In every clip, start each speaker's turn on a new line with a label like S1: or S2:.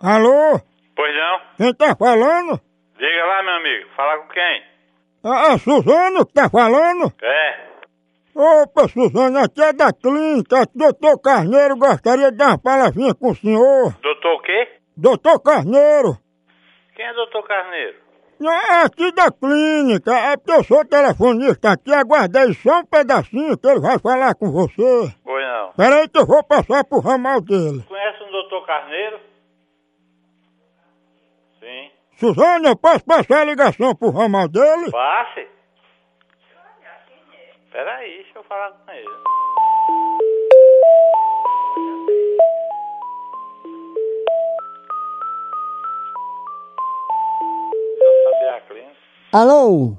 S1: Alô?
S2: Pois não?
S1: Quem tá falando? É
S2: Diga lá, meu amigo. Falar com quem?
S1: A, a Suzana que tá falando?
S2: É.
S1: Opa, Suzana, aqui é da clínica. Doutor Carneiro gostaria de dar uma palavrinha com o senhor.
S2: Doutor o quê?
S1: Doutor Carneiro.
S2: Quem é doutor Carneiro?
S1: Não, é aqui da clínica. É porque eu sou telefonista aqui. Aguardei só um pedacinho que ele vai falar com você.
S2: Pois não.
S1: Peraí que eu vou passar pro ramal dele.
S2: Conhece um doutor Carneiro? Sim.
S1: Suzana, eu posso passar a ligação pro ramal dele?
S2: Passe. Peraí, deixa eu falar com ele. Eu sabia a clínica.
S3: Alô,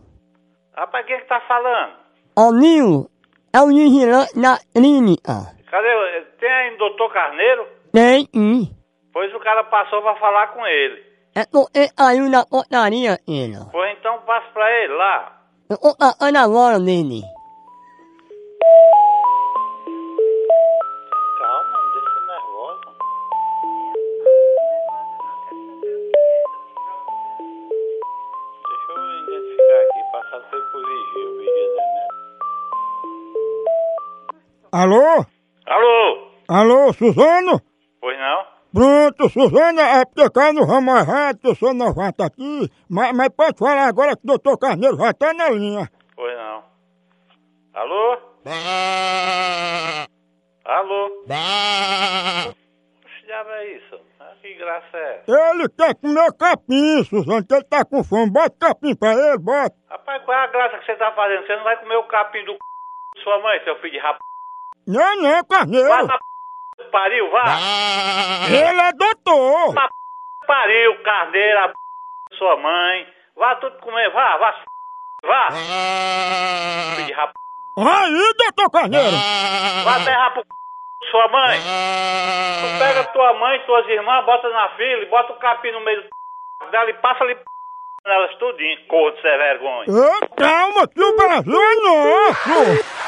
S2: Rapaz, quem é que tá falando?
S3: Aninho, é o vigilante da clínica.
S2: Cadê? o- Tem aí um doutor Carneiro?
S3: ah. Tem hum. sim.
S2: Pois o cara passou pra falar com ele.
S3: É porque caiu na portaria, ele.
S2: Pois então passa pra ele lá.
S3: Eu tô tacando agora nele.
S2: Calma, não deixa nervosa. Deixa eu identificar aqui, passar pra ele corrigir o vídeo né? da net.
S1: Alô?
S2: Alô?
S1: Alô, Suzano?
S2: Pois não?
S1: Pronto, Suzana, é porque cai no ramo errado, eu sou novato aqui, mas, mas pode falar agora que o doutor Carneiro já tá na linha.
S2: Pois não. Alô? Alô? Que diabo é isso? Ah, Que graça é essa?
S1: Ele quer comer capim, Suzana, que ele tá com fome, bota capim pra ele, bota.
S2: Rapaz, qual é a graça que você tá fazendo? Você não vai comer o capim do c... de sua mãe, seu filho de rap...
S1: Não, não,
S2: Vá
S1: Carneiro,
S2: na p... que pariu, vá!
S1: ele é doutor.
S2: Vá p... que pariu, carneira, p... de sua mãe. Vá tudo comer, vá, vá, se f... vá! Filho de rap...
S1: Aí, doutor Carneiro,
S2: Vá terra pro c... de sua mãe. Tu pega tua mãe, tuas irmãs, bota na fila e bota o capim no meio do c... dela e passa ali p... nelas tudinho, corno sem vergonha.
S1: Ô, calma, que o Brasil é nosso.